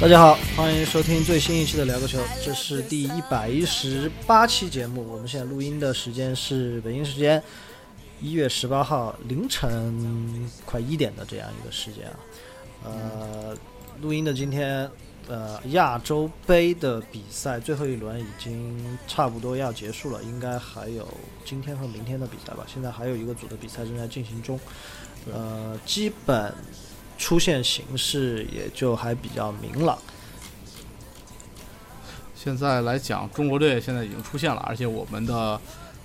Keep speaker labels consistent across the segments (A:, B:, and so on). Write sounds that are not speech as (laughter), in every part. A: 大家好，欢迎收听最新一期的聊个球，这是第一百一十八期节目。我们现在录音的时间是北京时间一月十八号凌晨快一点的这样一个时间啊。呃，录音的今天，呃，亚洲杯的比赛最后一轮已经差不多要结束了，应该还有今天和明天的比赛吧。现在还有一个组的比赛正在进行中，呃，基本出现形势也就还比较明朗。
B: 现在来讲，中国队现在已经出现了，而且我们的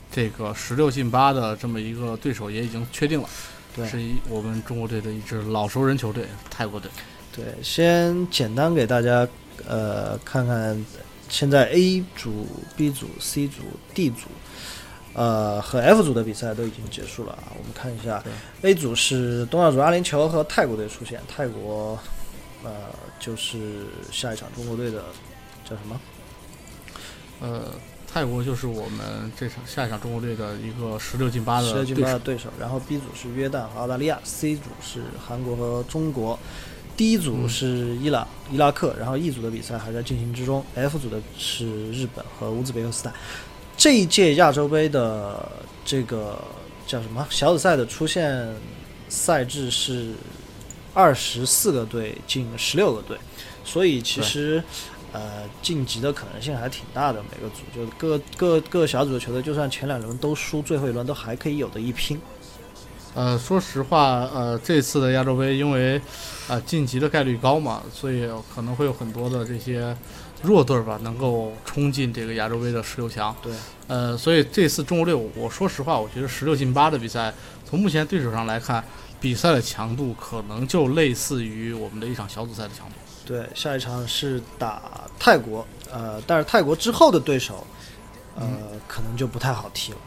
B: 这个十六进八的这么一个对手也已经确定了，
A: 对
B: 是一我们中国队的一支老熟人球队——泰国队。
A: 对，先简单给大家呃看看现在 A 组、B 组、C 组、D 组，呃和 F 组的比赛都已经结束了啊。我们看一下 A 组是东道主阿联酋和泰国队出现，泰国呃就是下一场中国队的叫什么？
B: 呃，泰国就是我们这场下一场中国队的一个十六进八
A: 十
B: 的
A: 六进
B: 对
A: 八
B: 手
A: 的。对手，然后 B 组是约旦和澳大利亚，C 组是韩国和中国，D 组
B: 嗯
A: 是伊朗、伊拉克，然后 E 组的比赛还在进行之中，F 组的是日本和乌兹别克斯坦。这一届亚洲杯的这个叫什么小组赛的出现赛制是二十四个队进十六个队，所以其
B: 对
A: 实呃晋级的可能性还挺大的。每个组就各各各小组的球队，就算前两轮都输，最后一轮都还可以有的一拼。
B: 呃，说实话，呃，这次的亚洲杯因为呃晋级的概率高嘛，所以可能会有很多的这些弱队儿吧，能够冲进这个亚洲杯的十六强。
A: 对，
B: 呃，所以这次中国队，我我说实话，我觉得十六进八的比赛，从目前对手上来看，比赛的强度可能就类似于我们的一场小组赛的强度。
A: 对，下一场是打泰国，呃，但是泰国之后的对手，呃，
B: 嗯
A: 可能就不太好踢了。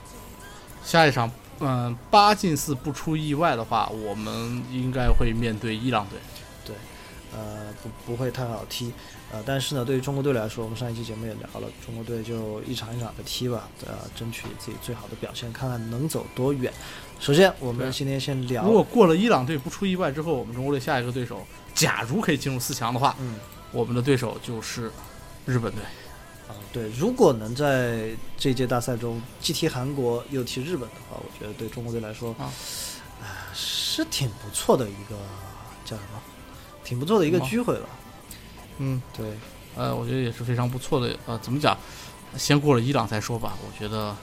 B: 下一场，嗯、八进四不出意外的话，我们应该会面对伊朗队。
A: 呃，不不会太好踢，呃，但是呢，对于中国队来说，我们上一期节目也聊了，中国队就一场一场的踢吧，呃，争取自己最好的表现，看看能走多远。首先，我们
B: 对
A: 今天先聊
B: 如，果过了伊朗队不出意外之后，我们中国队下一个对手，假如可以进入四强的话，
A: 嗯，
B: 我们的对手就是日本队。
A: 啊、对，如果能在这届大赛中既踢韩国又踢日本的话，我觉得对中国队来说，
B: 啊
A: 呃是挺不错的一个叫什么，挺不错的一个
B: 什么
A: 机会吧。
B: 嗯，
A: 对，
B: 呃，我觉得也是非常不错的。呃，怎么讲？先过了伊朗再说吧。我觉得，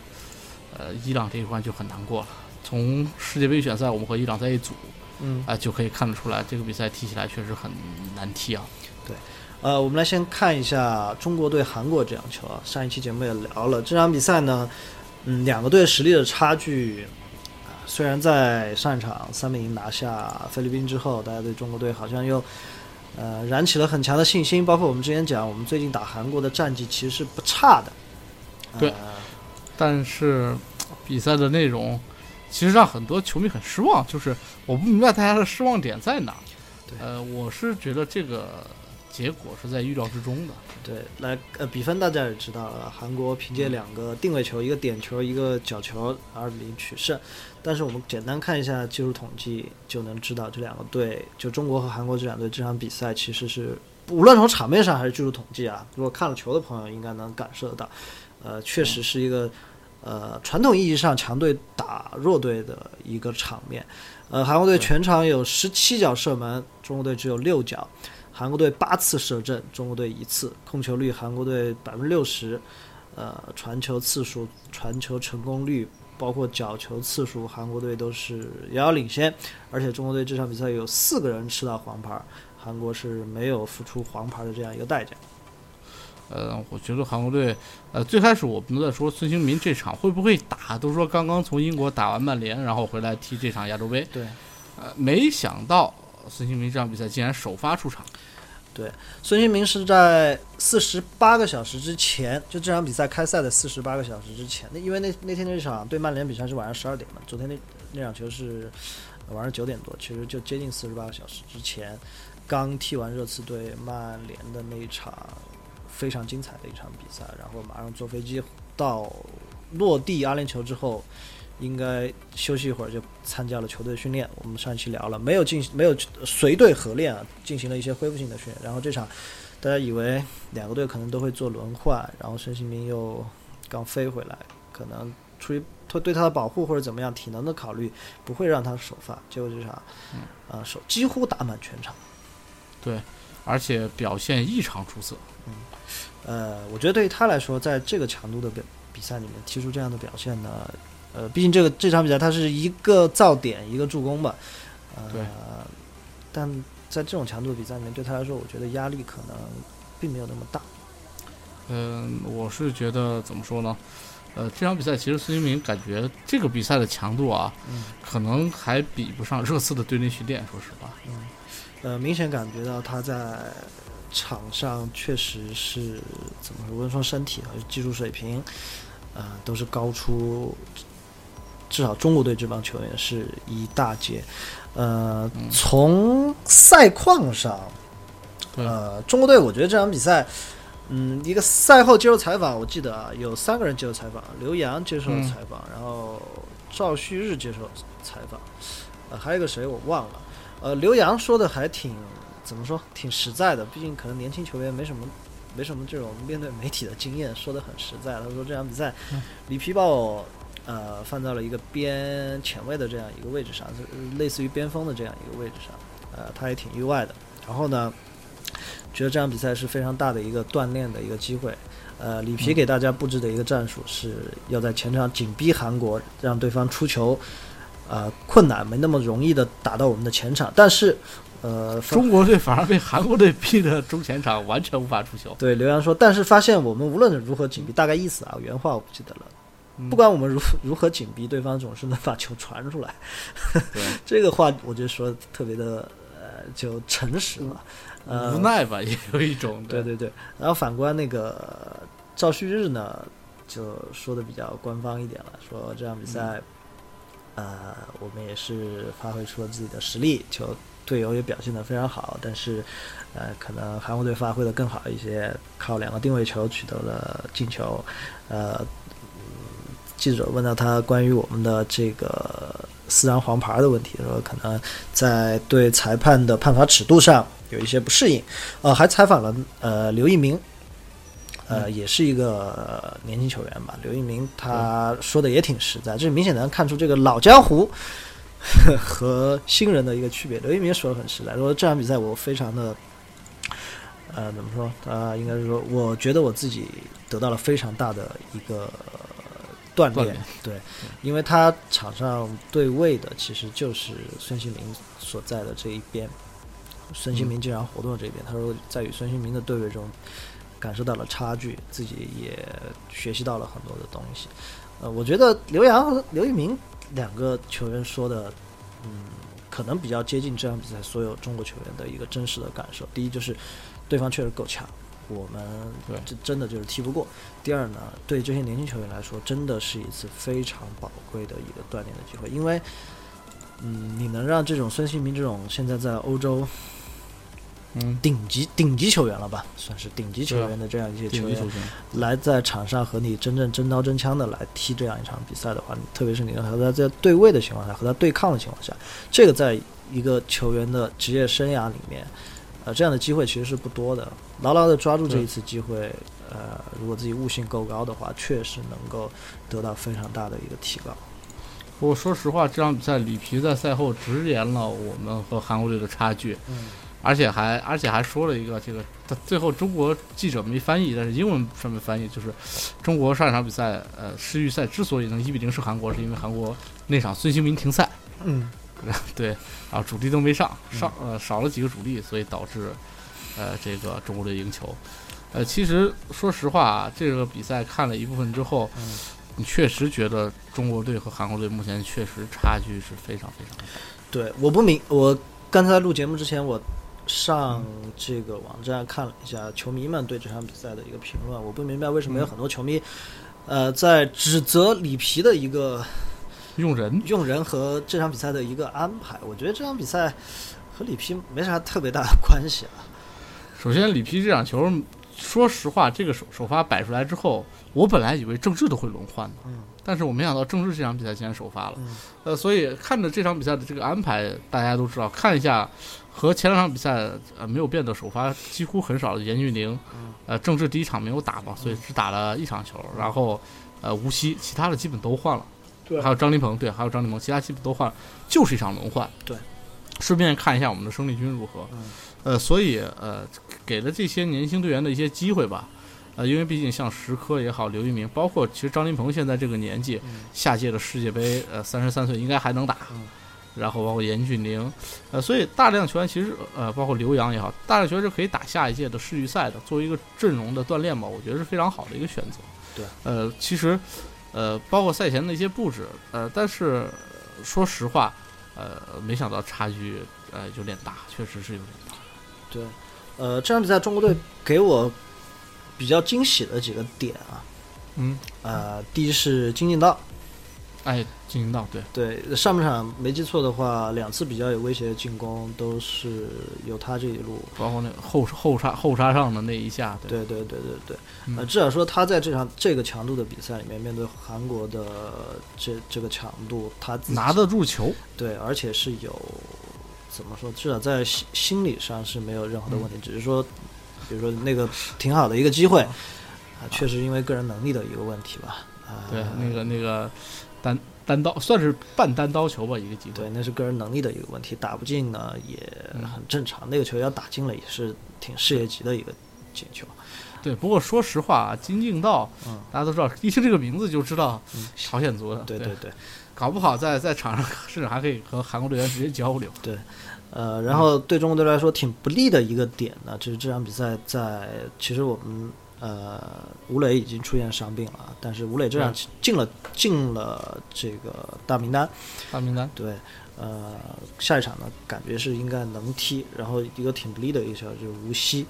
B: 呃，伊朗这一关就很难过了。从世界杯预选赛，我们和伊朗在一组，
A: 嗯
B: 啊、，就可以看得出来，这个比赛踢起来确实很难踢啊。
A: 呃，我们来先看一下中国对韩国这场球啊。上一期节目也聊了这场比赛呢，嗯，两个队实力的差距，啊虽然在上一场三比零拿下菲律宾之后，大家对中国队好像又呃燃起了很强的信心。包括我们之前讲，我们最近打韩国的战绩其实是不差的。呃
B: 对但是比赛的内容其实让很多球迷很失望，就是我不明白大家的失望点在哪儿
A: 对。
B: 呃，我是觉得这个结果是在预料之中的。
A: 对，来呃，比分大家也知道了，韩国凭借
B: 嗯
A: 两个定位球、一个点球、一个角球，二比零取胜。但是我们简单看一下技术统计，就能知道这两个队，就中国和韩国这两队这场比赛其实是，无论从场面上还是技术统计啊，如果看了球的朋友应该能感受得到，呃，确
B: 嗯
A: 实是一个呃传统意义上强队打弱队的一个场面。呃，韩国队
B: 对
A: 全场有十七脚射门，中国队只有六脚。韩国队八次射正，中国队一次，控球率韩国队百分之六十，呃，传球次数、传球成功率，包括角球次数，韩国队都是遥遥领先。而且中国队这场比赛有四个人吃到黄牌，韩国是没有付出黄牌的这样一个代价。
B: 呃，我觉得韩国队，呃，最开始我们都在说孙兴民这场会不会打，都说刚刚从英国打完曼联，然后回来踢这场亚洲杯，
A: 对，
B: 呃，没想到孙兴民这场比赛竟然首发出场，
A: 孙兴民是在四十八个小时之前，就这场比赛开赛的四十八个小时之前，那因为那那天那场对曼联比赛是晚上十二点嘛，昨天那那场球是晚上九点多，其实就接近四十八个小时之前，刚踢完热刺对曼联的那一场非常精彩的一场比赛，然后马上坐飞机到落地阿联酋之后，应该休息一会儿就参加了球队训练。我们上一期聊了，没有进没有随队合练啊，进行了一些恢复性的训练。然后这场大家以为两个队可能都会做轮换，然后孙兴民又刚飞回来，可能出于对对他的保护或者怎么样体能的考虑，不会让他首发。结果这场
B: 嗯
A: 啊首几乎打满全场。
B: 而且表现异常出色。
A: 呃，我觉得对于他来说，在这个强度的比比赛里面踢出这样的表现呢，呃，毕竟这个这场比赛他是一个造点一个助攻吧，呃，
B: 对
A: 但在这种强度的比赛里面，对他来说，我觉得压力可能并没有那么大。
B: 嗯，我是觉得怎么说呢？呃，这场比赛其实孙兴民感觉这个比赛的强度啊，
A: 嗯
B: 可能还比不上热刺的对内训练。说实话，
A: 嗯，呃，明显感觉到他在场上确实是怎么说，无论说身体还是技术水平，呃，都是高出至少中国队这帮球员是一大截。呃，
B: 嗯
A: 从赛况上，
B: 对，
A: 呃，中国队我觉得这场比赛，嗯，一个赛后接受采访，我记得啊，有三个人接受采访，刘洋接受了
B: 嗯
A: 采访，然后赵旭日接受采访，呃，还有一个谁我忘了。呃，刘洋说的还挺怎么说，挺实在的，毕竟可能年轻球员没什么。没什么这种面对媒体的经验，说的很实在。他说这场比赛
B: 嗯，
A: 里皮把我呃放到了一个边前卫的这样一个位置上，就类似于边锋的这样一个位置上，呃，他也挺意外的。然后呢，觉得这场比赛是非常大的一个锻炼的一个机会。呃，里皮给大家布置的一个战术是要在前场紧逼韩国，让对方出球，呃，困难没那么容易的打到我们的前场。但是，呃，发
B: 中国队反而被韩国队逼得中前场完全无法出球。
A: 对刘洋说，但是发现我们无论如何紧逼，大概意思啊，原话我不记得了。
B: 嗯
A: 不管我们如如何紧逼，对方总是能把球传出来。
B: 对，
A: 这个话我觉得说得特别的呃，就诚实了。呃，
B: 无奈吧，也有一种
A: 对对对，然后反观那个赵旭日呢，就说的比较官方一点了，说这场比赛，呃，我们也是发挥出了自己的实力，球队友也表现得非常好，但是，呃，可能韩国队发挥的更好一些，靠两个定位球取得了进球，呃。嗯记者问到他关于我们的这个四张黄牌的问题，说可能在对裁判的判罚尺度上有一些不适应，呃，还采访了呃刘一鸣，呃，也是一个、呃年轻球员吧。刘一鸣他说的也挺实在，这明显能看出这个老江湖 (laughs) 和新人的一个区别。刘一鸣说的很实在，说这场比赛我非常的，呃，怎么说？呃，应该是说，我觉得我自己得到了非常大的一个呃锻
B: 锻
A: 炼
B: 炼，
A: 对，因为他场上对位的其实就是孙兴民所在的这一边。孙兴
B: 嗯
A: 民竟然活动了这一边，他说在与孙兴民的对位中，感受到了差距，自己也学习到了很多的东西。呃，我觉得刘洋和刘一鸣两个球员说的，嗯，可能比较接近这场比赛所有中国球员的一个真实的感受。第一就是，对方确实够强，我们
B: 对
A: 这真的就是踢不过。第二呢，对这些年轻球员来说，真的是一次非常宝贵的一个锻炼的机会，因为，嗯，你能让这种孙兴民这种现在在欧洲
B: 嗯，
A: 顶级顶级球员了吧，算是顶级球
B: 对啊
A: 员的这样一些
B: 顶
A: 球
B: 级
A: 员，
B: 球星，
A: 来在场上和你真正真刀真枪的来踢这样一场比赛的话，你特别是你和他在对位的情况下，和他对抗的情况下，这个在一个球员的职业生涯里面，呃，这样的机会其实是不多的。牢牢的抓住这一次机会，呃，如果自己悟性够高的话，确实能够得到非常大的一个提高。
B: 不过说实话，这场比赛里皮在赛后直言了我们和韩国队的差距，
A: 嗯，
B: 而且还而且还说了一个这个，他最后中国记者没翻译，但是英文上面翻译就是，中国上一场比赛呃世预赛之所以能一比零输韩国，是因为韩国那场孙兴民停赛，
A: 嗯，
B: (laughs) 对，然后主力都没上，上呃少了几个主力，所以导致呃这个中国队赢球。呃，其实说实话啊，这个比赛看了一部分之后，
A: 嗯
B: 你确实觉得中国队和韩国队目前确实差距是非常非常大。
A: 对，我不明，我刚才录节目之前，我上这个网站看了一下球迷们对这场比赛的一个评论，我不明白为什么有很多球迷，呃，在指责里皮的一个
B: 用人
A: 用人和这场比赛的一个安排。我觉得这场比赛和里皮没啥特别大的关系啊。
B: 首先，里皮这场球说实话，这个首首发摆出来之后，我本来以为郑智都会轮换的，
A: 嗯
B: 但是我没想到郑智这场比赛竟然首发了。
A: 嗯
B: 呃，所以看着这场比赛的这个安排，大家都知道，看一下和前两场比赛呃没有变的首发几乎很少的严俊凌
A: 嗯，
B: 呃，郑智第一场没有打嘛，所以只打了一场球，然后呃吴曦，其他的基本都换了，
A: 对
B: 还有张琳芃，对，还有张琳芃，其他基本都换了，就是一场轮换，
A: 对。
B: 顺便看一下我们的生力军如何，
A: 嗯
B: 呃，所以呃，给了这些年轻队员的一些机会吧，呃，因为毕竟像石科也好，刘一鸣，包括其实张琳芃现在这个年纪，
A: 嗯
B: 下届的世界杯，呃，三十三岁应该还能打
A: 嗯。
B: 然后包括严俊凌，呃，所以大量球员其实呃，包括刘洋也好，大量球员是可以打下一届的世预赛的，作为一个阵容的锻炼吧，我觉得是非常好的一个选择。
A: 对，
B: 呃，其实呃，包括赛前的一些布置，呃，但是呃说实话，呃，没想到差距呃有点大，确实是有点大。
A: 对，呃，这场比赛中国队给我比较惊喜的几个点啊，
B: 嗯，
A: 呃，第一是金敬道，
B: 哎，进行到对，
A: 对，上半场没记错的话，两次比较有威胁的进攻都是由他这一路。
B: 包括那个后后插后插上的那一下，对，
A: 对对对对对，
B: 嗯
A: 呃，至少说他在这场这个强度的比赛里面，面对韩国的这这个强度，他自己
B: 拿得住球，
A: 对，而且是有怎么说，至少在心心理上是没有任何的问题，
B: 嗯
A: 只是说，比如说那个挺好的一个机会，啊，确实因为个人能力的一个问题吧，啊，
B: 对，那个那个单单刀算是半单刀球吧，一个机会
A: 对，。那是个人能力的一个问题，打不进呢也
B: 嗯
A: 很正常。那个球要打进了也是挺视野级的一个进球，
B: 对，不过说实话啊，金敬道
A: 嗯，
B: 大家都知道，一听这个名字就知道
A: 嗯
B: 朝鲜族的，
A: 对
B: 对，
A: 对对，
B: 搞不好在在场上 (laughs) 甚至还可以和韩国队员直接交流。
A: 呃，然后对中国队来说挺不利的一个点呢，就是这场比赛在其实我们呃吴磊已经出现伤病了啊，但是吴磊这场进了进了这个大名单，
B: 大名单，
A: 对，呃，下一场呢，感觉是应该能踢，然后一个挺不利的一个消息就是吴曦，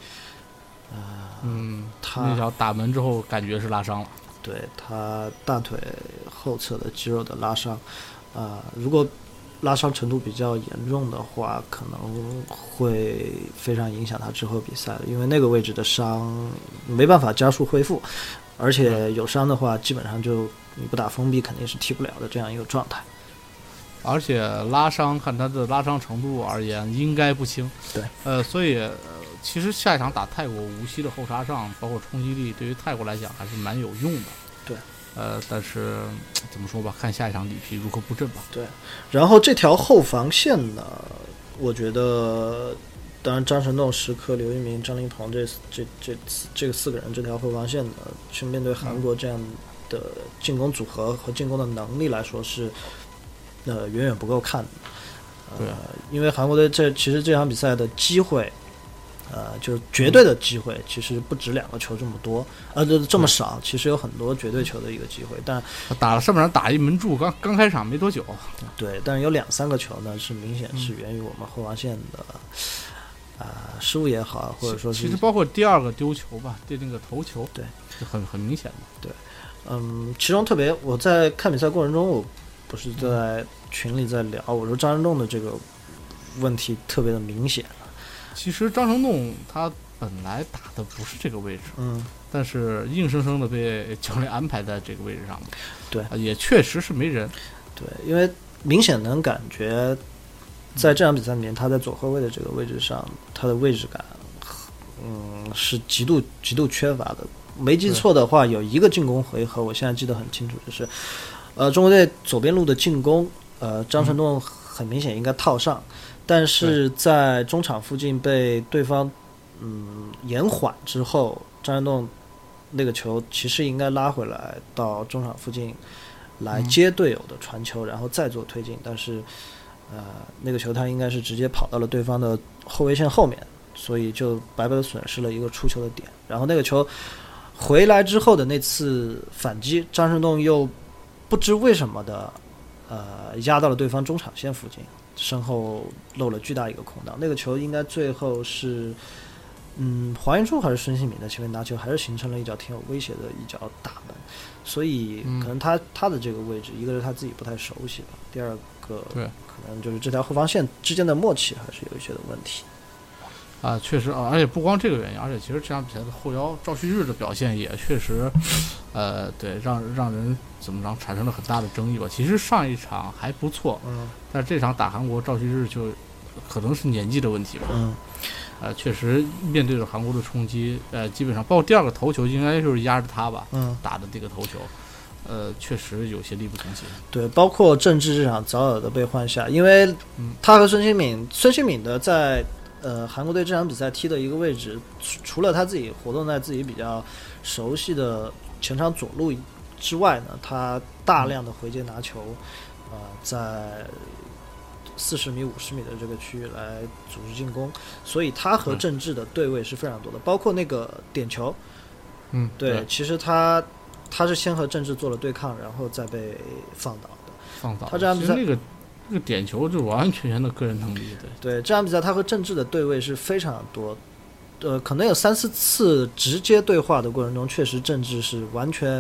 A: 呃，
B: 嗯，那
A: 他
B: 脚打门之后感觉是拉伤了，
A: 对他大腿后侧的肌肉的拉伤，呃，如果拉伤程度比较严重的话，可能会非常影响他之后比赛，因为那个位置的伤没办法加速恢复，而且有伤的话，基本上就你不打封闭肯定是踢不了的这样一个状态。
B: 而且拉伤看他的拉伤程度而言应该不轻。
A: 对，
B: 呃，所以呃，其实下一场打泰国无锡的后插上，包括冲击力，对于泰国来讲还是蛮有用的。
A: 对，
B: 呃，但是怎么说吧，看下一场里皮如何布阵吧。
A: 然后这条后防线呢，我觉得，当然张神栋、石科、刘一鸣、张琳芃这这这这个四个人这条后防线呢，去面对韩国这样的进攻组合和进攻的能力来说是，呃，远远不够看的。呃
B: 对啊，
A: 因为韩国队这其实这场比赛的机会。呃，就是绝对的机会，其实不止两个球这么多，呃，这这么少，其实有很多绝对球的一个机会，但
B: 打了上半场打一门柱，刚刚开场没多久，
A: 对，但是有两三个球呢，是明显
B: 嗯
A: 是源于我们后防线的啊、失误也好，或者说
B: 其
A: 是
B: 实包括第二个丢球吧，对那个头球，
A: 对，
B: 就很很明显的。
A: 嗯，其中特别我在看比赛过程中，我不是
B: 嗯
A: 在群里在聊，我说张振栋的这个问题特别的明显，
B: 其实张成栋他本来打的不是这个位置，
A: 嗯，
B: 但是硬生生的被教练安排在这个位置上了。
A: 对
B: 啊也确实是没人。
A: 对，因为明显能感觉在这场比赛里面，他在左后卫的这个位置上，他的位置感，嗯，是极度极度缺乏的。没记错的话，有一个进攻回合，我现在记得很清楚，就是呃，中国队左边路的进攻，呃，张晨栋很明显应该套上，但是在中场附近被对方嗯延缓之后，张晨栋那个球其实应该拉回来到中场附近来
B: 嗯
A: 接队友的传球，然后再做推进，但是呃，那个球他应该是直接跑到了对方的后卫线后面，所以就白白的损失了一个出球的点。然后那个球回来之后的那次反击，张胜栋又不知为什么的呃压到了对方中场线附近，身后漏了巨大一个空档。那个球应该最后是。嗯，黄延初还是孙兴敏的前面拿球，还是形成了一脚挺有威胁的一脚打门，所以
B: 嗯
A: 可能他、他的这个位置，一个是他自己不太熟悉的，第二个
B: 对
A: 可能就是这条后防线之间的默契还是有一些的问题。
B: 啊、确实啊，而且不光这个原因，而且其实这场比赛的后腰赵旭日的表现也确实，呃，对，让让人怎么讲产生了很大的争议吧。其实上一场还不错，
A: 嗯
B: 但这场打韩国，赵旭日就可能是年纪的问题吧，
A: 嗯
B: 呃，确实面对着韩国的冲击，呃，基本上包括第二个头球应该就是压着他吧
A: 嗯，
B: 打的这个头球，呃，确实有些力不从心。
A: 对，包括郑智这场早早的被换下，因为
B: 嗯
A: 他和孙兴敏，孙兴敏的在呃韩国队这场比赛踢的一个位置，除除了他自己活动在自己比较熟悉的前场左路之外呢，他大量的回接拿球，呃，在四十米、五十米的这个区域来组织进攻，所以他和
B: 嗯
A: 郑智的对位是非常多的，包括那个点球，
B: 嗯，
A: 对，其实他他是先和郑智做了对抗，然后再被放倒的。
B: 放倒。
A: 他这样
B: 其
A: 比
B: 实
A: 赛
B: 那个那个点球就是完完全全的个人能力，对，
A: 对，这场比赛他和郑智的对位是非常多，呃，可能有三四次直接对话的过程中，确实郑智是完全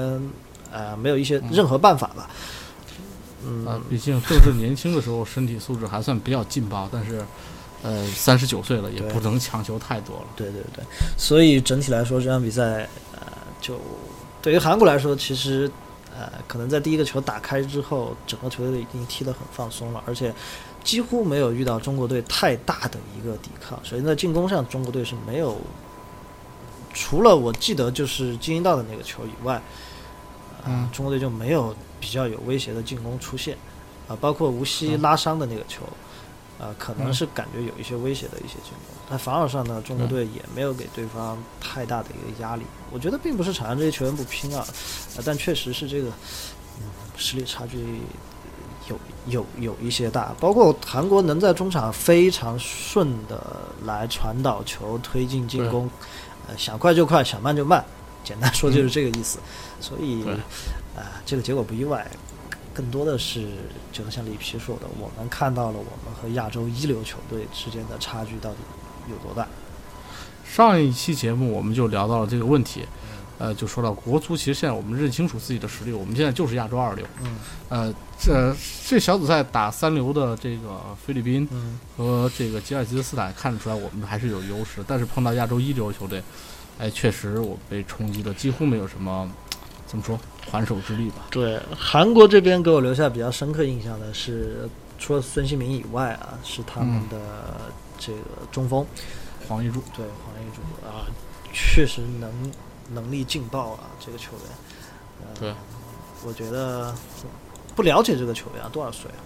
A: 呃没有一些
B: 嗯
A: 任何办法吧。嗯，
B: 啊，毕竟郑智年轻的时候身体素质还算比较劲爆，但是，呃，三十九岁了也
A: 对
B: 不能强求太多了。
A: 对对对，所以整体来说这场比赛呃就对于韩国来说，其实呃可能在第一个球打开之后，整个球队已经踢得很放松了，而且。几乎没有遇到中国队太大的一个抵抗。首先在进攻上，中国队是没有，除了我记得就是金英道的那个球以外，呃
B: 嗯，
A: 中国队就没有比较有威胁的进攻出现。啊、包括无锡
B: 嗯
A: 拉伤的那个球，呃，可能
B: 嗯
A: 是感觉有一些威胁的一些进攻。但防守上呢，中国队也没有给对方太大的一个压力。我觉得并不是场上这些球员不拼啊，呃但确实是这个、嗯、实力差距有有有一些大，包括韩国能在中场非常顺的来传导球、推进进
B: 对
A: 攻，呃，想快就快，想慢就慢，简单说就是这个意思。所以
B: 嗯对，
A: 呃，这个结果不意外，更多的是就像里皮说的，我们看到了我们和亚洲一流球队之间的差距到底有多大。
B: 上一期节目我们就聊到了这个问题，呃，就说到国足，其实现在我们认清楚自己的实力，我们现在就是亚洲二流。
A: 嗯
B: 呃，这这小组赛打三流的这个菲律宾
A: 嗯
B: 和这个吉尔吉斯斯坦，看得出来我们还是有优势，但是碰到亚洲一流球队，哎，确实我被冲击的几乎没有什么怎么说还手之力吧。
A: 对，韩国这边给我留下比较深刻印象的是，除了孙兴民以外啊，是他们
B: 嗯
A: 的这个中锋，
B: 黄一柱，
A: 对黄一竹啊，确实能能力劲爆啊，这个球员。呃、
B: 对，
A: 我觉得不了解这个球员、啊、多少岁啊？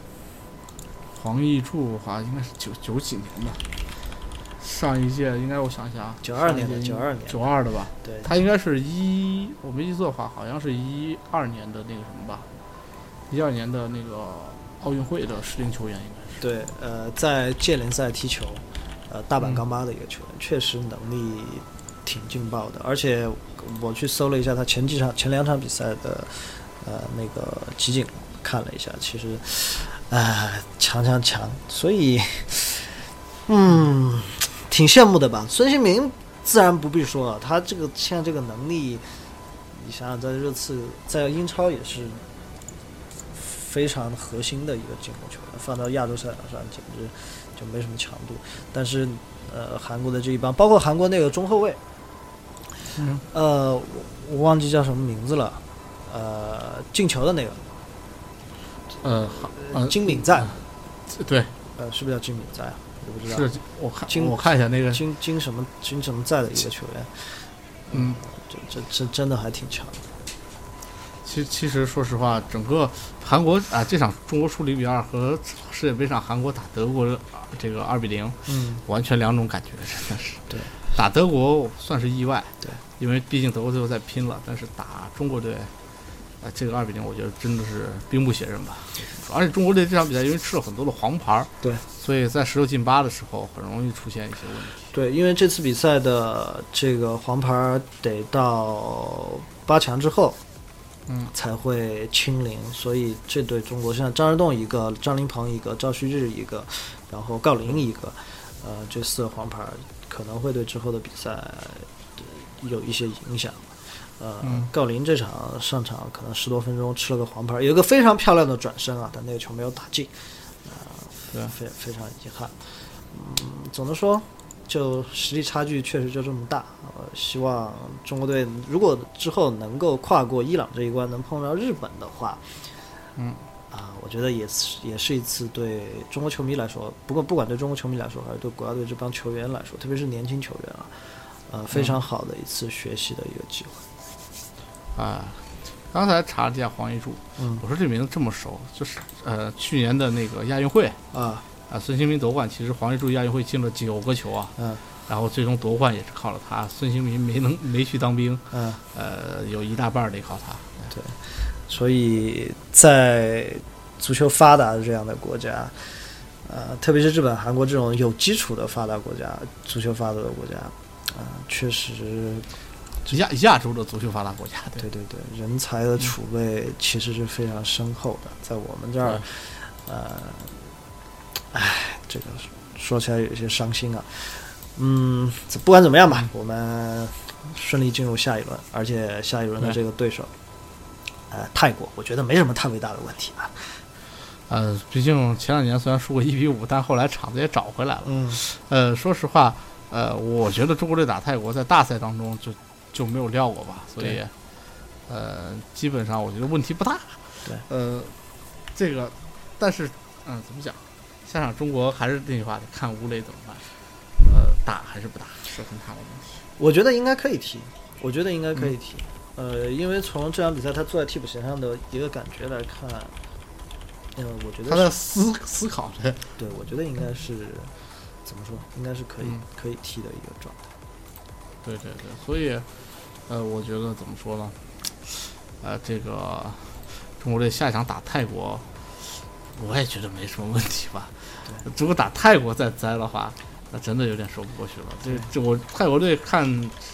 B: 黄奕柱好像应该是九九几年的，上一届应该我想想啊，
A: 九二年的，九二年，
B: 九二的吧，
A: 对，
B: 他应该是一，我没记错的话，好像是一二年的那个什么吧，一二年的那个奥运会的适龄球员应该是。
A: 对，呃，在界联赛踢球，呃，大阪
B: 嗯
A: 钢巴的一个球员，确实能力挺劲爆的。而且我去搜了一下他前几场、前两场比赛的呃那个集锦，看了一下，其实，啊、强强强！所以，嗯，挺羡慕的吧。孙兴民自然不必说了，啊他这个现在这个能力，你想想，在热刺、在英超也是非常核心的一个进攻球员，放到亚洲赛场上简直就没什么强度。但是，呃，韩国的这一帮，包括韩国那个中后卫，
B: 嗯，
A: 呃，我我忘记叫什么名字了，呃，进球的那个
B: 呃，呃
A: 金敏在，
B: 对，
A: 呃，是不是叫金敏在啊？我不知道，
B: 是我看
A: 金
B: 我看一下那个，
A: 金金什么金什么在的一个球员，
B: 嗯，
A: 这这这真的还挺强的。
B: 其其实说实话，整个韩国啊，这场中国输零比二和世界杯上韩国打德国的啊这个二比零，
A: 嗯，
B: 完全两种感觉，真的是。
A: 对，
B: 打德国算是意外，
A: 对，
B: 因为毕竟德国最后在拼了，但是打中国队，呃，这个二比零，我觉得真的是兵不血刃吧。而且中国队这场比赛因为吃了很多的黄牌儿，
A: 对，
B: 所以在十六进八的时候很容易出现一些问题。
A: 对，因为这次比赛的这个黄牌儿得到八强之后
B: 嗯，
A: 才会清零，所以这对中国现在张之洞一个，张琳芃一个，赵旭日一个，然后郜林一个，呃，这四个黄牌儿可能会对之后的比赛呃有一些影响。呃
B: 嗯，
A: 郜林这场上场可能十多分钟吃了个黄牌儿，有一个非常漂亮的转身啊，但那个球没有打进，
B: 对
A: 非非常遗憾。嗯，总的说，就实力差距确实就这么大。呃，希望中国队如果之后能够跨过伊朗这一关，能碰到日本的话，
B: 嗯，
A: 啊，我觉得也是也是一次对中国球迷来说，不过不管对中国球迷来说，还是对国家队这帮球员来说，特别是年轻球员啊，呃，非常好的一次学习的一个机会。
B: 啊，刚才查了一下黄一柱，
A: 嗯
B: 我说这名字这么熟，就是呃去年的那个亚运会
A: 啊，
B: 啊，孙兴民夺冠，其实黄一柱亚运会进了九个球啊，
A: 嗯
B: 然后最终夺冠也是靠了他，孙兴民没能没去当兵，
A: 嗯。
B: 呃，有一大半儿得靠他。
A: 所以在足球发达的这样的国家，呃，特别是日本、韩国这种有基础的发达国家，足球发达的国家，啊、确实，
B: 亚亚洲的足球发达国家，对
A: 对对对，人才的储备其实是非常深厚的，在我们这儿，呃，唉，这个说起来有些伤心啊。嗯，不管怎么样吧，我们顺利进入下一轮，而且下一轮的这个对手，呃，泰国，我觉得没什么太伟大的问题啊。
B: 呃，毕竟前两年虽然输过一比五，但后来场子也找回来了。
A: 嗯，
B: 呃，说实话，呃，我觉得中国队打泰国在大赛当中就就没有料过吧，所以
A: 对，
B: 呃，基本上我觉得问题不大。
A: 对，
B: 呃，这个，但是，嗯、怎么讲？下场中国还是那句话，得看吴磊怎么办。呃，打还是不打，是很大的问题。
A: 我觉得应该可以踢，我觉得应该可以踢。呃，因为从这场比赛他坐在替补席上的一个感觉来看，嗯、我觉
B: 他
A: 得
B: 在
A: 是
B: 思思考着，
A: 对，我觉得应该是怎么说，应该是可以、
B: 嗯
A: 可以踢的一个状态。
B: 对对对，所以，呃，我觉得怎么说呢？呃，这个中国队下一场打泰国，我也觉得没什么问题吧。如果打泰国再栽的话，那真的有点说不过去了。这这我泰国队看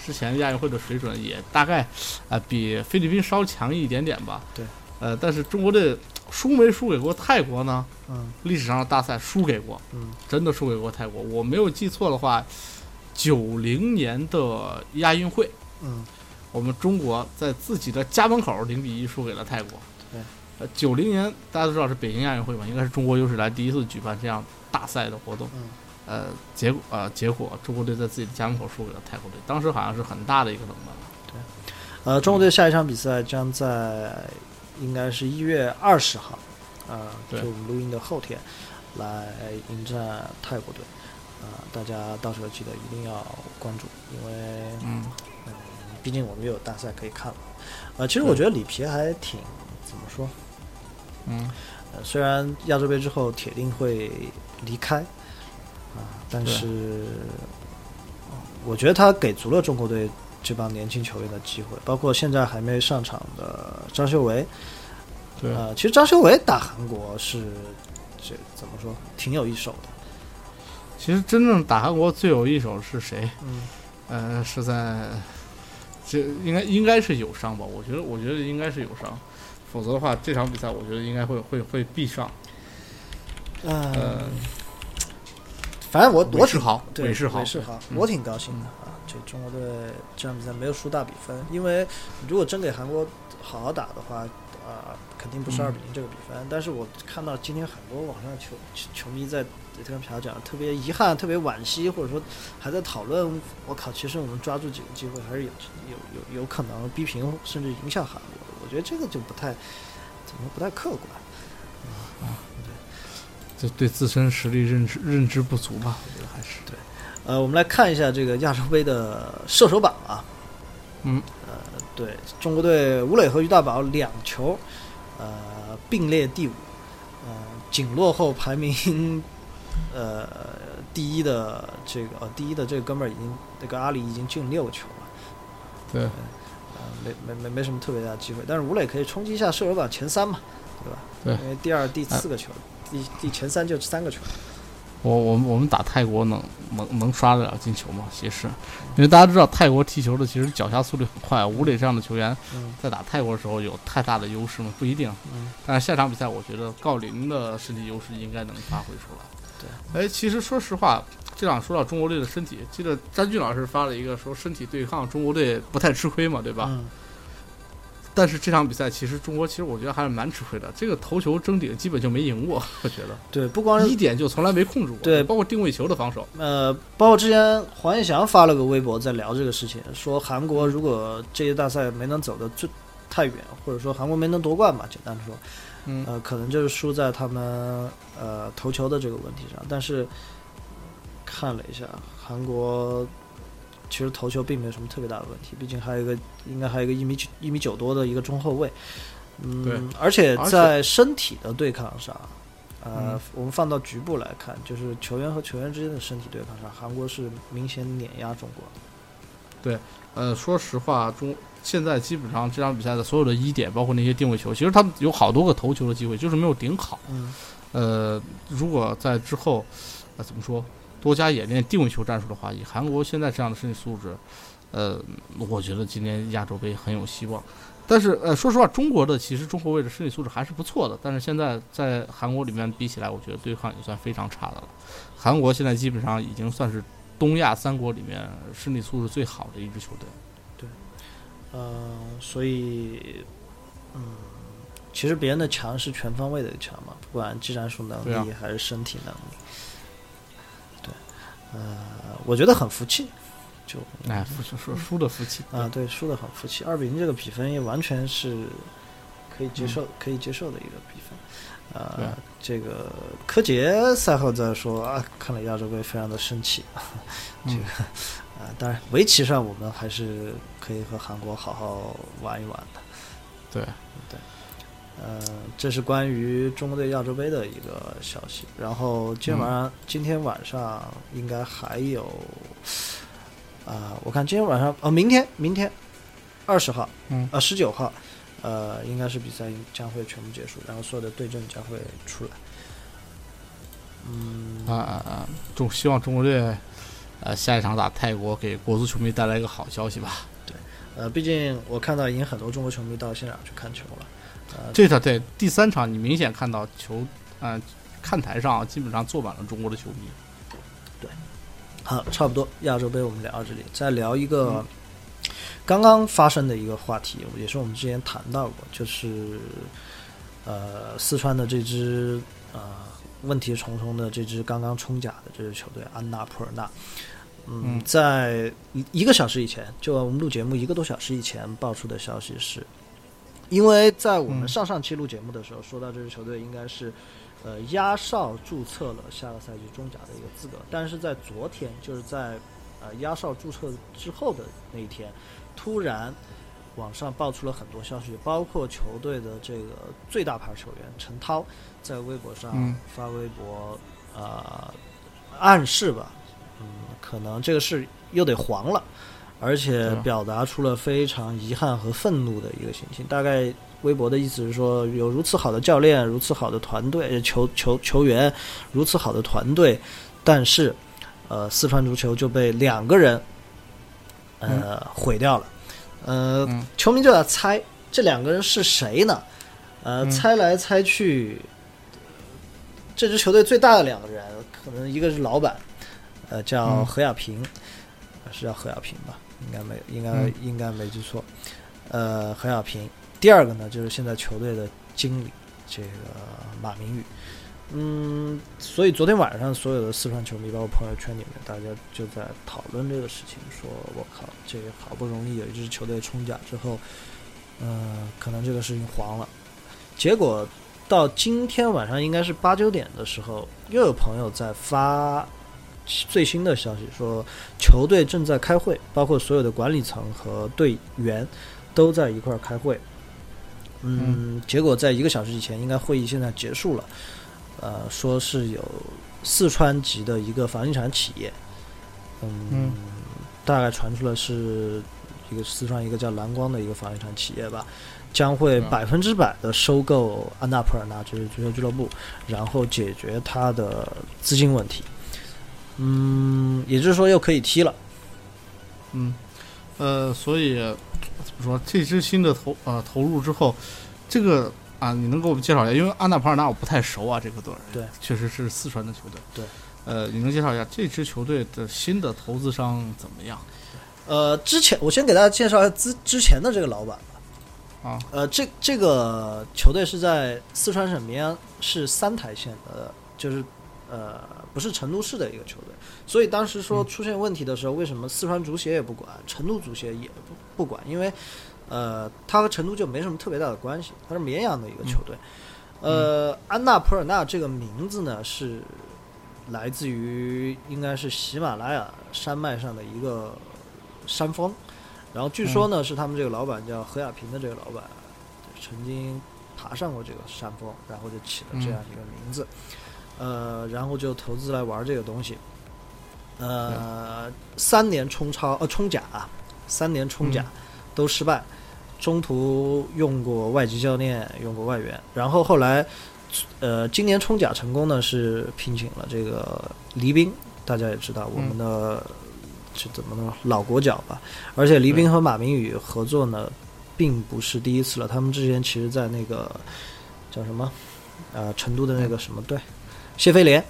B: 之前亚运会的水准也大概啊、呃比菲律宾稍强一点点吧。
A: 对，
B: 呃，但是中国队输没输给过泰国呢？
A: 嗯
B: 历史上的大赛输给过，
A: 嗯
B: 真的输给过泰国。我没有记错的话，九零年的亚运会，
A: 嗯，
B: 我们中国在自己的家门口零比一输给了泰国。
A: 对，
B: 呃，九零年大家都知道是北京亚运会嘛，应该是中国有史以来第一次举办这样大赛的活动。
A: 嗯，
B: 呃，结果呃结果中国队在自己的家门口输给了泰国队，当时好像是很大的一个冷门。
A: 呃，中国队下一场比赛将在应该是一月二十号，呃，就
B: 对
A: 我们录音的后天来迎战泰国队。啊、大家到时候记得一定要关注，因为
B: 嗯，
A: 嗯，毕竟我们也有大赛可以看了。呃，其实我觉得里皮还挺怎么说？
B: 嗯，
A: 呃，虽然亚洲杯之后铁定会离开啊、但
B: 对
A: 是呃我觉得他给足了中国队这帮年轻球员的机会，包括现在还没上场的张修为。
B: 对
A: 呃，其实张修为打韩国是这怎么说，挺有一手的。
B: 其实真正打韩国最有一手是谁？
A: 嗯
B: 呃，是在这应该应该是有伤吧？我觉得，我觉得应该是有伤，否则的话，这场比赛我觉得应该会会会必上。
A: 嗯
B: 呃，
A: 反正我我
B: 韦
A: 挺
B: 世豪，
A: 对
B: 韦世豪，
A: 韦世豪，
B: 嗯
A: 我挺高兴的啊！这中国队这场比赛没有输大比分，因为如果真给韩国好好打的话，啊、肯定不是
B: 嗯
A: 二比零这个比分。但是我看到今天很多网上球球球迷在跟朴讲，特别遗憾，特别惋惜，或者说还在讨论，我靠，其实我们抓住几个机会还是有有有有可能逼平，甚至影响韩国的。我觉得这个就不太怎么不太客观。
B: 这对自身实力认知认知不足吧？我觉得还是
A: 呃，我们来看一下这个亚洲杯的射手榜啊。
B: 嗯，
A: 呃，对中国队吴磊和于大宝两球，呃，并列第五，呃，仅落后排名呃第一的这个呃第一的这个哥们儿已经那个阿里已经进六球了，
B: 对
A: 呃，没没没没什么特别大的机会，但是吴磊可以冲击一下射手榜前三嘛，对吧？
B: 对
A: 因为第二、第四个球，第第前三就三个球。
B: 我我们我们打泰国能能能刷得了进球吗？其实，因为大家知道泰国踢球的其实脚下速率很快，吴磊这样的球员
A: 嗯
B: 在打泰国的时候有太大的优势吗？不一定。
A: 嗯
B: 但是下场比赛，我觉得郜林的身体优势应该能发挥出来。对，哎，其实说实话，这场说到中国队的身体，记得詹俊老师发了一个说身体对抗中国队不太吃亏嘛，对吧？
A: 嗯，
B: 但是这场比赛其实中国其实我觉得还是蛮吃亏的，这个头球争顶基本就没赢过，我觉得
A: 对，不光是
B: 一点就从来没控制过，
A: 对
B: 包括定位球的防守，
A: 呃，包括之前黄健翔发了个微博在聊这个事情，说韩国如果这届大赛没能走得最太远，或者说韩国没能夺冠吧，简单地说，
B: 嗯
A: 呃，可能就是输在他们呃投球的这个问题上。但是看了一下，韩国其实投球并没有什么特别大的问题，毕竟还有一个应该还有一个一米九一米九多的一个中后卫。
B: 对
A: 嗯，而且
B: 而且
A: 在身体的对抗上，呃，
B: 嗯
A: 我们放到局部来看，就是球员和球员之间的身体对抗上，韩国是明显碾压中国的。
B: 呃，说实话，中现在基本上这场比赛的所有的一点，包括那些定位球，其实他们有好多个头球的机会，就是没有顶好。
A: 嗯，
B: 呃，如果在之后，呃，怎么说，多加演练定位球战术的话，以韩国现在这样的身体素质，呃，我觉得今年亚洲杯很有希望。但是，呃，说实话，中国的其实中后卫的身体素质还是不错的，但是现在在韩国里面比起来，我觉得对抗也算非常差的了。韩国现在基本上已经算是东亚三国里面身体素质最好的一支球队。
A: 呃，所以，嗯，其实别人的强是全方位的强嘛，不管技战术能
B: 对啊
A: 力还是身体能力。对，呃，我觉得很服气，就
B: 哎，服气说输的服气
A: 啊，对，输的很服气，二比零这个比分也完全是可以接受、可以接受的一个比分。
B: 嗯对
A: 呃
B: 啊，
A: 这个柯洁赛后在说啊，看了亚洲杯非常的生气。 (laughs) 这
B: 嗯
A: 个啊、当然围棋上我们还是可以和韩国好好玩一玩的。
B: 对
A: 对，呃，这是关于中国队亚洲杯的一个消息。然后今天晚上，今天晚上应该还有啊、我看今天晚上哦，明天明天二十号，
B: 嗯
A: 呃，十九号，呃，应该是比赛将会全部结束，然后所有的对阵将会出来。嗯，
B: 啊啊啊！中希望中国队，呃，下一场打泰国，给国足球迷带来一个好消息吧。
A: 呃，毕竟我看到已经很多中国球迷到现场去看球了。呃，
B: 这场对第三场，你明显看到球，呃，看台上基本上坐满了中国的球迷。
A: 好，差不多亚洲杯我们聊到这里，再聊一个刚刚发生的一个话题，也是我们之前谈到过，就是呃四川的这支呃问题重重的这支刚刚冲甲的这支球队安娜普尔纳。嗯
B: 嗯，
A: 在一一个小时以前，就我们录节目一个多小时以前爆出的消息是，因为在我们
B: 嗯
A: 上上期录节目的时候、说到这支球队应该是呃，压哨注册了下个赛季中甲的一个资格，但是在昨天，就是在呃压哨注册之后的那一天，突然网上爆出了很多消息，包括球队的这个最大牌球员陈涛在微博上
B: 嗯
A: 发微博，呃，暗示吧，嗯，可能这个事又得黄了，而且
B: 对啊
A: 表达出了非常遗憾和愤怒的一个心情，大概微博的意思是说，有如此好的教练，如此好的团队，呃球球球员，如此好的团队，但是，呃，四川足球就被两个人，呃，毁掉了。呃，
B: 嗯
A: 球迷就要猜这两个人是谁呢？呃，
B: 嗯
A: 猜来猜去，这支球队最大的两个人，可能一个是老板，呃，叫
B: 嗯
A: 何亚平，是叫何亚平吧？应该没，应该、
B: 嗯
A: 应该没记错。呃，何亚平。第二个呢，就是现在球队的经理，这个马明宇。嗯，所以昨天晚上所有的四川球迷，包括朋友圈里面，大家就在讨论这个事情，说我靠，这个好不容易有一支球队冲甲之后，呃，可能这个事情黄了。结果到今天晚上应该是八九点的时候，又有朋友在发最新的消息说，球队正在开会，包括所有的管理层和队员都在一块儿开会。嗯，结果在一个小时以前，应该会议现在结束了。呃，说是有四川籍的一个房地产企业，嗯，
B: 嗯
A: 大概传出了是一个四川一个叫蓝光的一个房地产企业吧，将会
B: 对啊
A: 百分之百的收购安纳普尔纳这支足球俱乐部，然后解决它的资金问题。嗯，也就是说又可以踢了。
B: 嗯，呃，所以怎么说，这支新的投呃投入之后，这个啊，你能给我们介绍一下？因为安娜帕尔纳我不太熟啊，这个队儿
A: 对，
B: 确实是四川的球队。
A: 对，
B: 呃，你能介绍一下这支球队的新的投资商怎么样？
A: 呃，之前我先给大家介绍一下之之前的这个老板吧。
B: 啊，
A: 呃，这这个球队是在四川省绵阳市三台县的，就是呃不是成都市的一个球队，所以当时说
B: 嗯
A: 出现问题的时候，为什么四川足协也不管，成都足协也不不管？因为呃，它和成都就没什么特别大的关系，它是绵阳的一个球队。呃，安娜普尔纳这个名字呢是来自于应该是喜马拉雅山脉上的一个山峰，然后据说呢、是他们这个老板叫何亚平的这个老板，曾经爬上过这个山峰，然后就起了这样一个名字，呃，然后就投资来玩这个东西，呃，三年冲超呃冲甲啊，三年冲甲、都失败，中途用过外籍教练，用过外援，然后后来。呃，今年冲甲成功呢，是聘请了这个黎兵，大家也知道我们的、是怎么呢老国脚吧，而且黎兵和马明宇合作呢，并不是第一次了，他们之前其实在那个叫什么呃成都的那个什么队，谢菲联，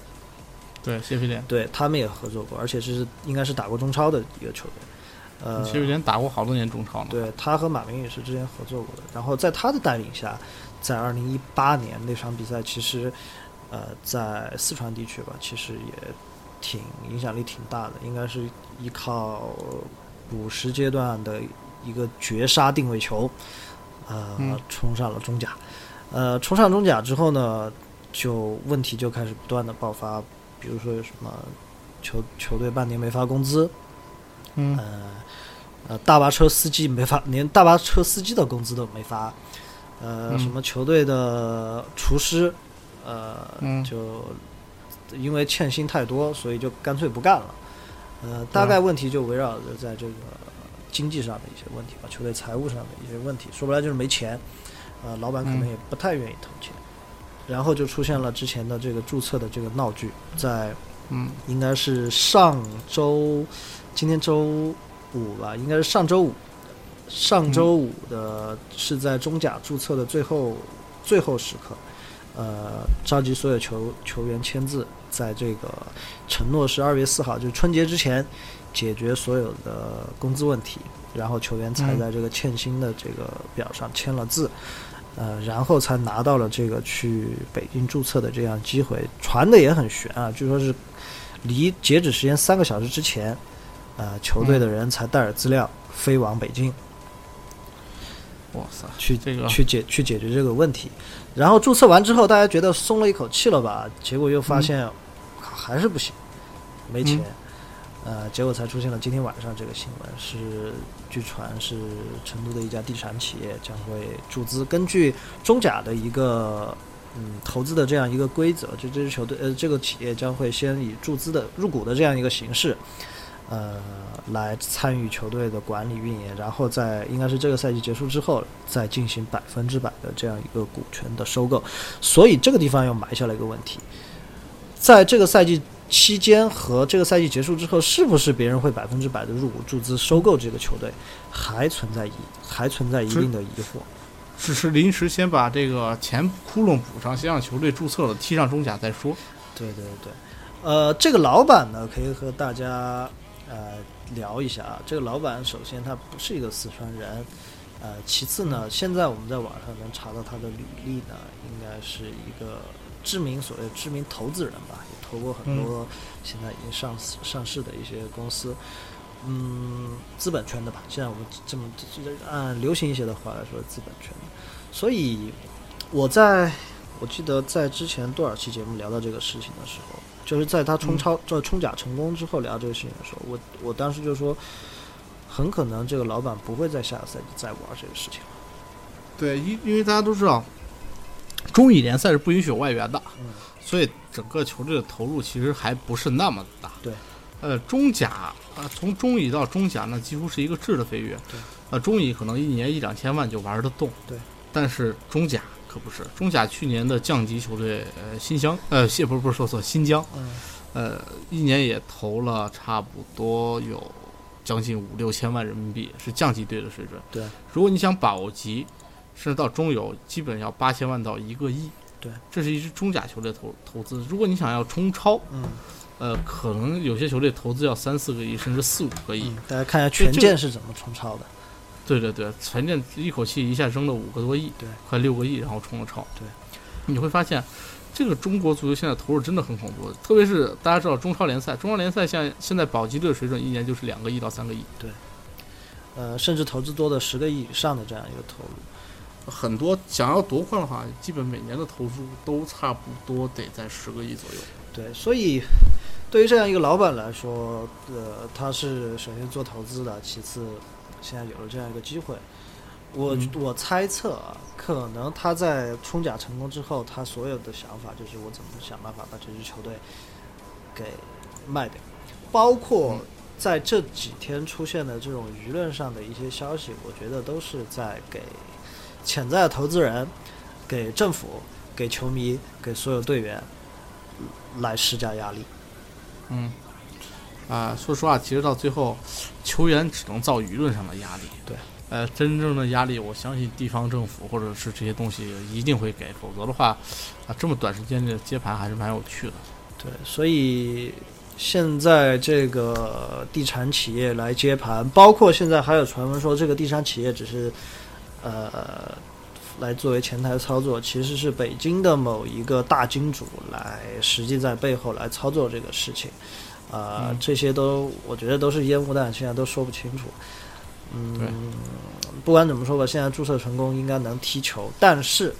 B: 对，谢菲联，
A: 对他们也合作过，而且是应该是打过中超的一个球队，呃，
B: 谢菲联打过好多年中超呢。
A: 对他和马明宇是之前合作过的，然后在他的带领下，在二零一八年那场比赛，其实呃在四川地区吧，其实也挺影响力挺大的，应该是依靠补时阶段的一个绝杀定位球，呃、
B: 嗯
A: 冲上了中甲，呃冲上中甲之后呢，就问题就开始不断的爆发，比如说有什么球球队半年没发工资，
B: 嗯
A: 呃，呃，大巴车司机没发，连大巴车司机的工资都没发。呃，
B: 嗯
A: 什么球队的厨师，呃，
B: 嗯
A: 就因为欠薪太多，所以就干脆不干了。呃，大
B: 对啊
A: 概问题就围绕着在这个经济上的一些问题吧，球队财务上的一些问题，说白了就是没钱。呃，老板可能
B: 嗯
A: 也不太愿意投钱，然后就出现了之前的这个注册的这个闹剧，在
B: 嗯
A: 应该是上周，今天周五吧，应该是上周五，上周五的是在中甲注册的最后最后时刻，呃，召集所有球球员签字，在这个承诺是二月四号，就是春节之前解决所有的工资问题，然后球员才
B: 嗯
A: 在这个欠薪的这个表上签了字。呃，然后才拿到了这个去北京注册的这样机会，传的也很悬啊，据说是离截止时间三个小时之前，呃，球队的人才带着资
B: 嗯
A: 料飞往北京
B: 哇塞，
A: 去
B: 这个
A: 去解去解决这个问题。然后注册完之后，大家觉得松了一口气了吧？结果又
B: 嗯
A: 发现、靠还是不行，没钱。
B: 嗯
A: 呃，结果才出现了今天晚上这个新闻，是据传是成都的一家地产企业将会注资，根据中甲的一个嗯投资的这样一个规则，就这支球队呃这个企业将会先以注资的入股的这样一个形式，呃来参与球队的管理运营，然后在应该是这个赛季结束之后再进行百分之百的这样一个股权的收购，所以这个地方又埋下了一个问题，在这个赛季。期间和这个赛季结束之后，是不是别人会百分之百的入股注资收购这个球队，还存在疑，还存在一
B: 是
A: 定的疑惑。
B: 只是临时先把这个钱窟窿补上，先让球队注册了，踢上中甲再说。
A: 对对对，呃，这个老板呢，可以和大家呃聊一下啊。这个老板首先他不是一个四川人，呃，其次呢，现在我们在网上能查到他的履历呢，应该是一个知名所谓知名投资人吧，也投过很多现在已经上市上市的一些公司。嗯，资本圈的吧，现在我们这么这这按流行一些的话来说，资本圈的。所以我在我记得在之前多少期节目聊到这个事情的时候，就是在他冲超、这冲甲成功之后聊这个事情的时候，我我当时就说，很可能这个老板不会在下个赛季再玩这个事情了。
B: 对，因因为大家都知道，中乙联赛是不允许有外援的，
A: 嗯
B: 所以整个球队的投入其实还不是那么大。
A: 对，
B: 呃，中甲呃，从中乙到中甲呢，几乎是一个质的飞跃。
A: 对，
B: 呃，中乙可能一年一两千万就玩得动。
A: 对，
B: 但是中甲可不是，中甲去年的降级球队呃新乡呃谢不是不是说错新疆
A: 嗯，
B: 呃一年也投了差不多有将近五六千万人民币，是降级队的水准。
A: 对，
B: 如果你想保级，甚至到中游，基本要八千万到一个亿。
A: 对，
B: 这是一支中甲球队投投资。如果你想要冲超，
A: 嗯，
B: 呃，可
A: 嗯
B: 能有些球队投资要三四个亿，甚至四五个亿。
A: 嗯大家看一下权健是怎么冲超的。
B: 对对对，前阵一口气一下扔了五个多亿，
A: 对，
B: 快六个亿，然后冲了超。
A: 对，
B: 你会发现，这个中国足球现在投入真的很恐怖，特别是大家知道中超联赛，中超联赛现在现在保级队的水准一年就是两个亿到三个亿，
A: 呃，甚至投资多的十个亿以上的这样一个投入。
B: 很多想要夺冠的话，基本每年的投入都差不多得在十个亿左右。
A: 对，所以对于这样一个老板来说，呃，他是首先做投资的，其次现在有了这样一个机会，我、
B: 嗯
A: 我猜测啊，可能他在冲甲成功之后，他所有的想法就是我怎么想办法把这支球队给卖掉，包括
B: 嗯
A: 在这几天出现的这种舆论上的一些消息，我觉得都是在给潜在的投资人、给政府、给球迷、给所有队员来施加压力。
B: 嗯，啊、说实话，其实到最后，球员只能造舆论上的压力。
A: 对，
B: 呃，真正的压力，我相信地方政府或者是这些东西一定会给，否则的话，啊、这么短时间的接盘还是蛮有趣的。
A: 对，所以现在这个地产企业来接盘，包括现在还有传闻说这个地产企业只是呃来作为前台操作，其实是北京的某一个大金主来实际在背后来操作这个事情。啊、
B: 嗯
A: 这些都我觉得都是烟雾弹，现在都说不清楚。
B: 对
A: 嗯，不管怎么说吧，现在注册成功应该能踢球，但是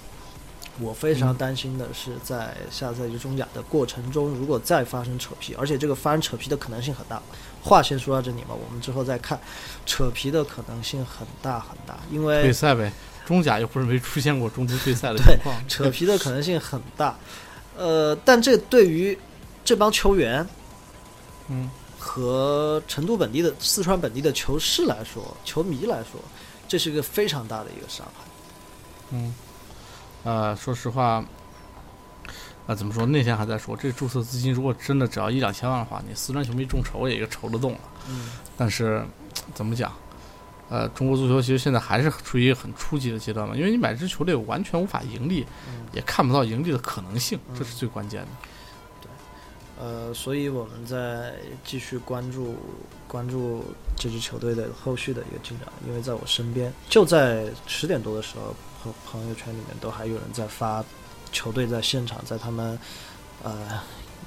A: 我非常
B: 嗯
A: 担心的是，在下赛季中甲的过程中，如果再发生扯皮，而且这个发生扯皮的可能性很大。话先说到这里嘛，我们之后再看，扯皮的可能性很大很大，因
B: 退
A: 为
B: 赛呗，中甲又不是没出现过中途退赛的
A: 哎对
B: 情况。
A: 扯皮的可能性很大。呃，但这对于这帮球员
B: 嗯，
A: 和成都本地的四川本地的球市来说，球迷来说，这是一个非常大的一个伤害。
B: 嗯，呃，说实话，啊、怎么说？那天还在说，这注册资金如果真的只要一两千万的话，你四川球迷众筹也就筹得动了。
A: 嗯，
B: 但是怎么讲？呃，中国足球其实现在还是处于一个很初级的阶段嘛，因为你买支球队完全无法盈利，
A: 嗯
B: 也看不到盈利的可能性，
A: 嗯
B: 这是最关键的。
A: 呃，所以我们在继续关注关注这支球队的后续的一个进展，因为在我身边，就在十点多的时候，朋朋友圈里面都还有人在发球队在现场，在他们呃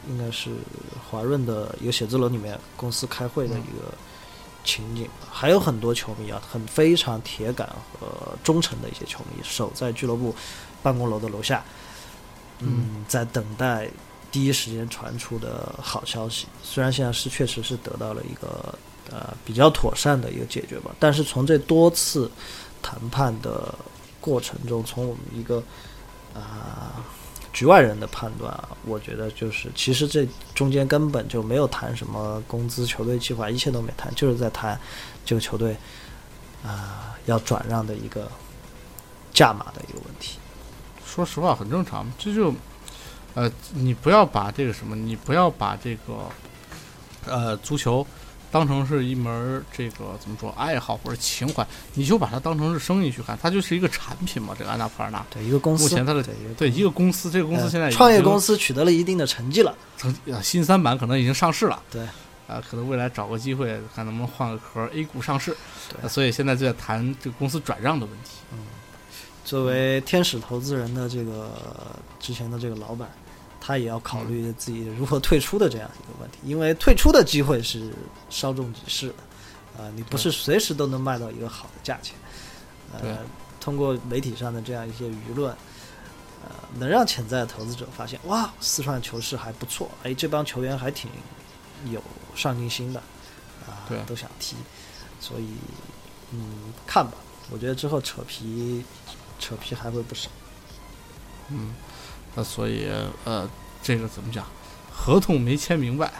A: 应该是华润的一个写字楼里面公司开会的一个情景，还有很多球迷啊，很非常铁杆和忠诚的一些球迷守在俱乐部办公楼的楼下，嗯，在等待第一时间传出的好消息。虽然现在是确实是得到了一个呃比较妥善的一个解决吧，但是从这多次谈判的过程中，从我们一个啊、局外人的判断啊，我觉得就是其实这中间根本就没有谈什么工资、球队计划，一切都没谈，就是在谈这个球队啊、要转让的一个价码的一个问题。
B: 说实话，很正常，这就，呃，你不要把这个什么，你不要把这个，呃，足球当成是一门儿这个怎么说爱好或者情怀，你就把它当成是生意去看，它就是一个产品嘛。这个安娜普尔纳，
A: 对一个公司，
B: 目前它的
A: 对一个
B: 对一个公司，这个公司
A: 呃
B: 现在已
A: 创业
B: 经
A: 公司取得了一定的成绩了。
B: 曾啊，新三板可能已经上市了，
A: 对
B: 啊、可能未来找个机会看能不能换个壳儿 A 股上市，
A: 对嗯
B: 呃所以现在就在谈这个公司转让的问题。
A: 作为天使投资人的这个之前的这个老板，他也要考虑自己如何退出的这样一个问题，因为退出的机会是稍纵即逝的，呃，你不是随时都能卖到一个好的价钱，
B: 对
A: 呃，通过媒体上的这样一些舆论。呃，能让潜在的投资者发现，哇，四川球市还不错，哎，这帮球员还挺有上进心的，啊、
B: 对
A: 都想踢，所以，嗯，看吧，我觉得之后扯皮扯皮还会不少。
B: 嗯，那所以呃，这个怎么讲，合同没签明白，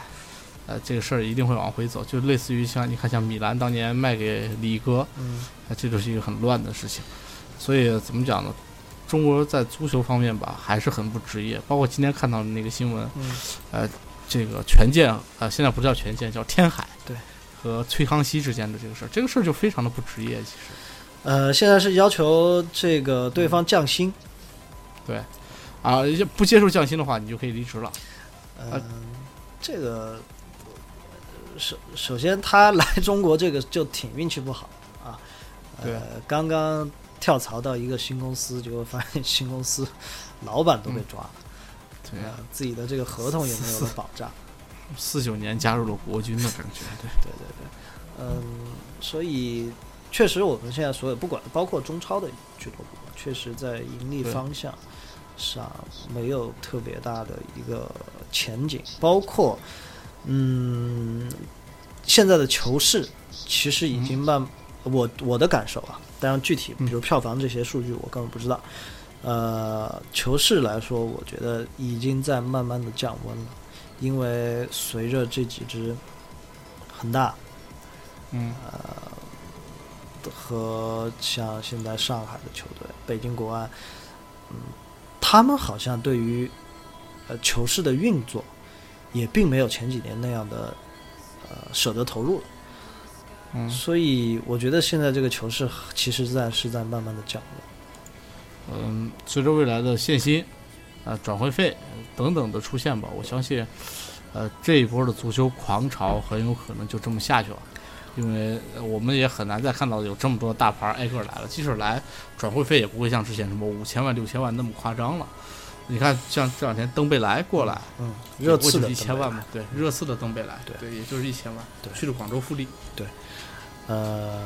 B: 呃，这个事儿一定会往回走，就类似于像你看像米兰当年卖给李哥，
A: 嗯，
B: 呃这就是一个很乱的事情。所以怎么讲呢？中国在足球方面吧，还是很不职业。包括今天看到的那个新闻，
A: 嗯，
B: 这个权健啊、呃现在不叫权健，叫天海，
A: 对，
B: 和崔康熙之间的这个事儿，这个事儿就非常的不职业。其实，
A: 呃，现在是要求这个对方降薪，
B: 啊、要不接受降薪的话，你就可以离职了。
A: 嗯、
B: 啊
A: 这个呃首首先他来中国这个就挺运气不好啊，
B: 对
A: 呃，刚刚跳槽到一个新公司，结果发现新公司老板都被抓了，
B: 嗯对呀、
A: 呃自己的这个合同也没有了保障。
B: 四九年加入了国军的感觉，对，
A: 对对对，嗯，所以确实我们现在所有不管包括中超的俱乐部，确实在盈利
B: 对
A: 方向上没有特别大的一个前景，包括嗯现在的球市其实已经慢，我我的感受啊，当然具体比
B: 嗯
A: 如票房这些数据我根本不知道。呃，球市来说，我觉得已经在慢慢的降温了，因为随着这几支恒大、
B: (laughs) 嗯，
A: 和像现在上海的球队、北京国安，嗯，他们好像对于呃球市的运作也并没有前几年那样的呃舍得投入了，
B: 嗯
A: 所以我觉得现在这个球市其实在是在慢慢的降温。
B: 嗯，随着未来的限薪、啊转会费呃等等的出现吧，我相信，呃，这一波的足球狂潮很有可能就这么下去了，因为呃我们也很难再看到有这么多大牌挨个来了，即使来，转会费也不会像之前什么五千万、六千万那么夸张了。你看，像这两天登贝莱过来，
A: 嗯，热
B: 过
A: 刺
B: 去
A: 的
B: 一千
A: 登贝
B: 万
A: 莱
B: 嘛，对，热刺的登嗯贝莱，
A: 对
B: 也就是一千万，
A: 对
B: 去了广州富力，
A: 呃，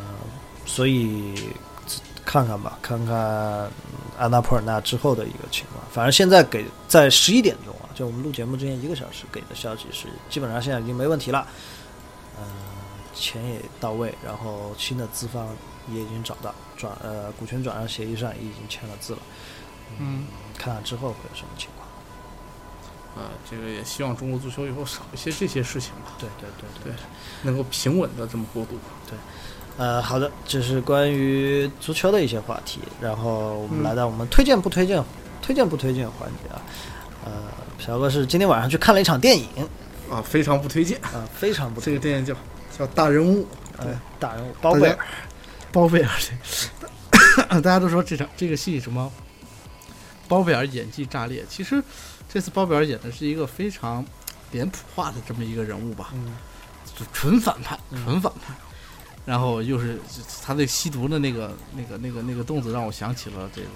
A: 所以看看吧，看看安娜普尔纳之后的一个情况。反正现在给在十一点钟啊，就我们录节目之前一个小时给的消息是，基本上现在已经没问题了。呃，钱也到位，然后新的资方也已经找到，转呃股权转让协议上也已经签了字了。
B: 嗯，
A: 看看之后会有什么情况。
B: 啊，这个也希望中国足球以后少一些这些事情吧，
A: 对对对
B: 对能够平稳的这么过渡。
A: 呃，好的，这是关于足球的一些话题，然后我们
B: 嗯
A: 来到我们推荐不推荐、推荐不推荐环节啊。呃，小哥是今天晚上去看了一场电影，
B: 啊，非常不推荐。
A: 啊、非常不
B: 这
A: 推
B: 个
A: 荐。
B: 电影叫叫《大人物》，对
A: 呃，大人物包贝尔，
B: 包贝尔这 (laughs) 大家都说这场这个戏什么，包贝尔演技炸裂。其实这次包贝尔演的是一个非常脸谱化的这么一个人物吧，
A: 嗯，
B: 就纯反派，
A: 嗯
B: 纯反派。然后又是他那吸毒的那个、那个、那个、那个动作，让我想起了这个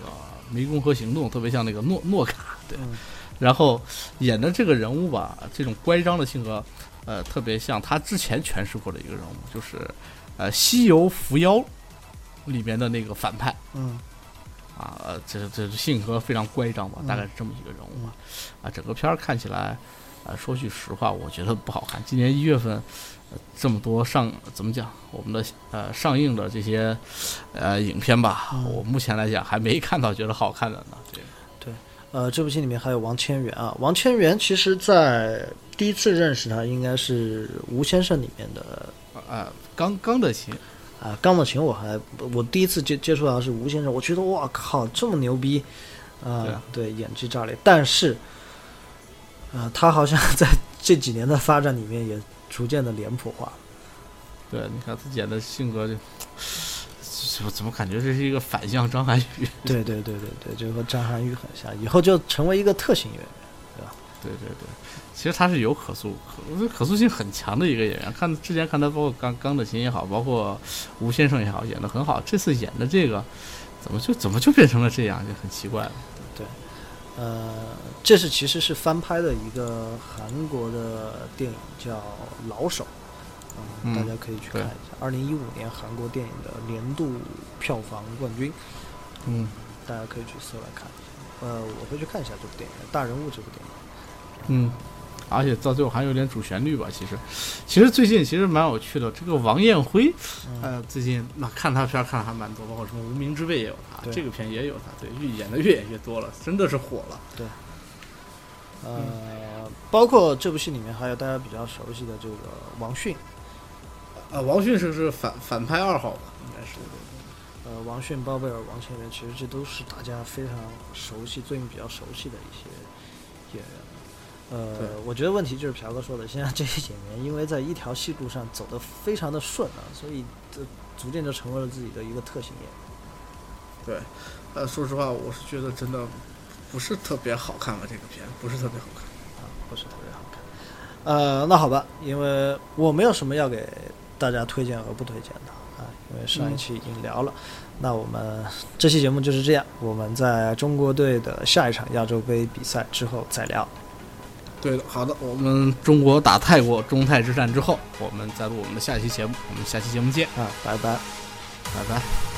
B: 《湄公河行动》，特别像那个诺诺卡。对，
A: 嗯
B: 然后演的这个人物吧，这种乖张的性格，呃，特别像他之前诠释过的一个人物，就是呃《西游伏妖》里面的那个反派。
A: 嗯
B: 啊，呃这这性格非常乖张吧，
A: 嗯
B: 大概是这么一个人物吧。啊，整个片儿看起来，啊，说句实话，我觉得不好看。今年一月份，呃这么多上呃怎么讲，我们的呃上映的这些呃影片吧，
A: 嗯
B: 我目前来讲还没看到觉得好看的呢。对，
A: 呃，这部戏里面还有王千源啊，王千源其实在第一次认识他应该是《吴先生》里面的
B: 呃，刚刚的琴，
A: 啊，钢管琴我还我第一次接接触到是吴先生，我觉得哇靠，这么牛逼，啊、
B: 对啊
A: 对，演技炸裂。但是，啊，他好像 (laughs) 在这几年的发展里面也逐渐的脸谱化。
B: 对，你看他演的性格就，怎么怎么感觉这是一个反向张涵予？
A: 对对对对对，就和张涵予很像，以后就成为一个特型演员。
B: 对对对，其实他是有可塑，可我觉得可塑性很强的一个演员。看之前看他，包括刚刚的琴也好，包括吴先生也好，演的很好。这次演的这个，怎么就怎么就变成了这样，就很奇怪了。
A: 呃，这是其实是翻拍的一个韩国的电影叫《老手》，嗯，
B: 嗯
A: 大家可以去看
B: 对
A: 一下。二零一五年韩国电影的年度票房冠军。
B: 嗯
A: 大家可以去搜来看一下。呃，我会去看一下这部电影《大人物》这部电影。
B: 嗯，而且到最后还有点主旋律吧。其实，其实最近其实蛮有趣的。这个王彦辉，
A: 嗯，
B: 呃，最近那看他片儿看的还蛮多，包括什么《无名之辈》也有他，
A: 对
B: 这个片也有他，对，越演的越演越多了，真的是火了。
A: 呃，包括这部戏里面还有大家比较熟悉的这个王迅。
B: 啊，王迅是是反反派二号吧，应该是。
A: 呃，王迅、包贝尔、王千源，其实这都是大家非常熟悉、最近比较熟悉的一些演员。
B: 对
A: 呃，我觉得问题就是朴哥说的，现在这些演员因为在一条戏路上走得非常的顺啊，所以这逐渐就成为了自己的一个特型演员。
B: 呃，说实话，我是觉得真的不是特别好看吧，这个片不是特别好看。
A: 啊，不是特别好看。呃，那好吧，因为我没有什么要给大家推荐和不推荐的啊，因为上一期已经聊了。那我们这期节目就是这样，我们在中国队的下一场亚洲杯比赛之后再聊。
B: 对的，好的，我们中国打泰国中泰之战之后，我们再录我们的下期节目，我们下期节目见，
A: 啊，拜拜。
B: 拜拜。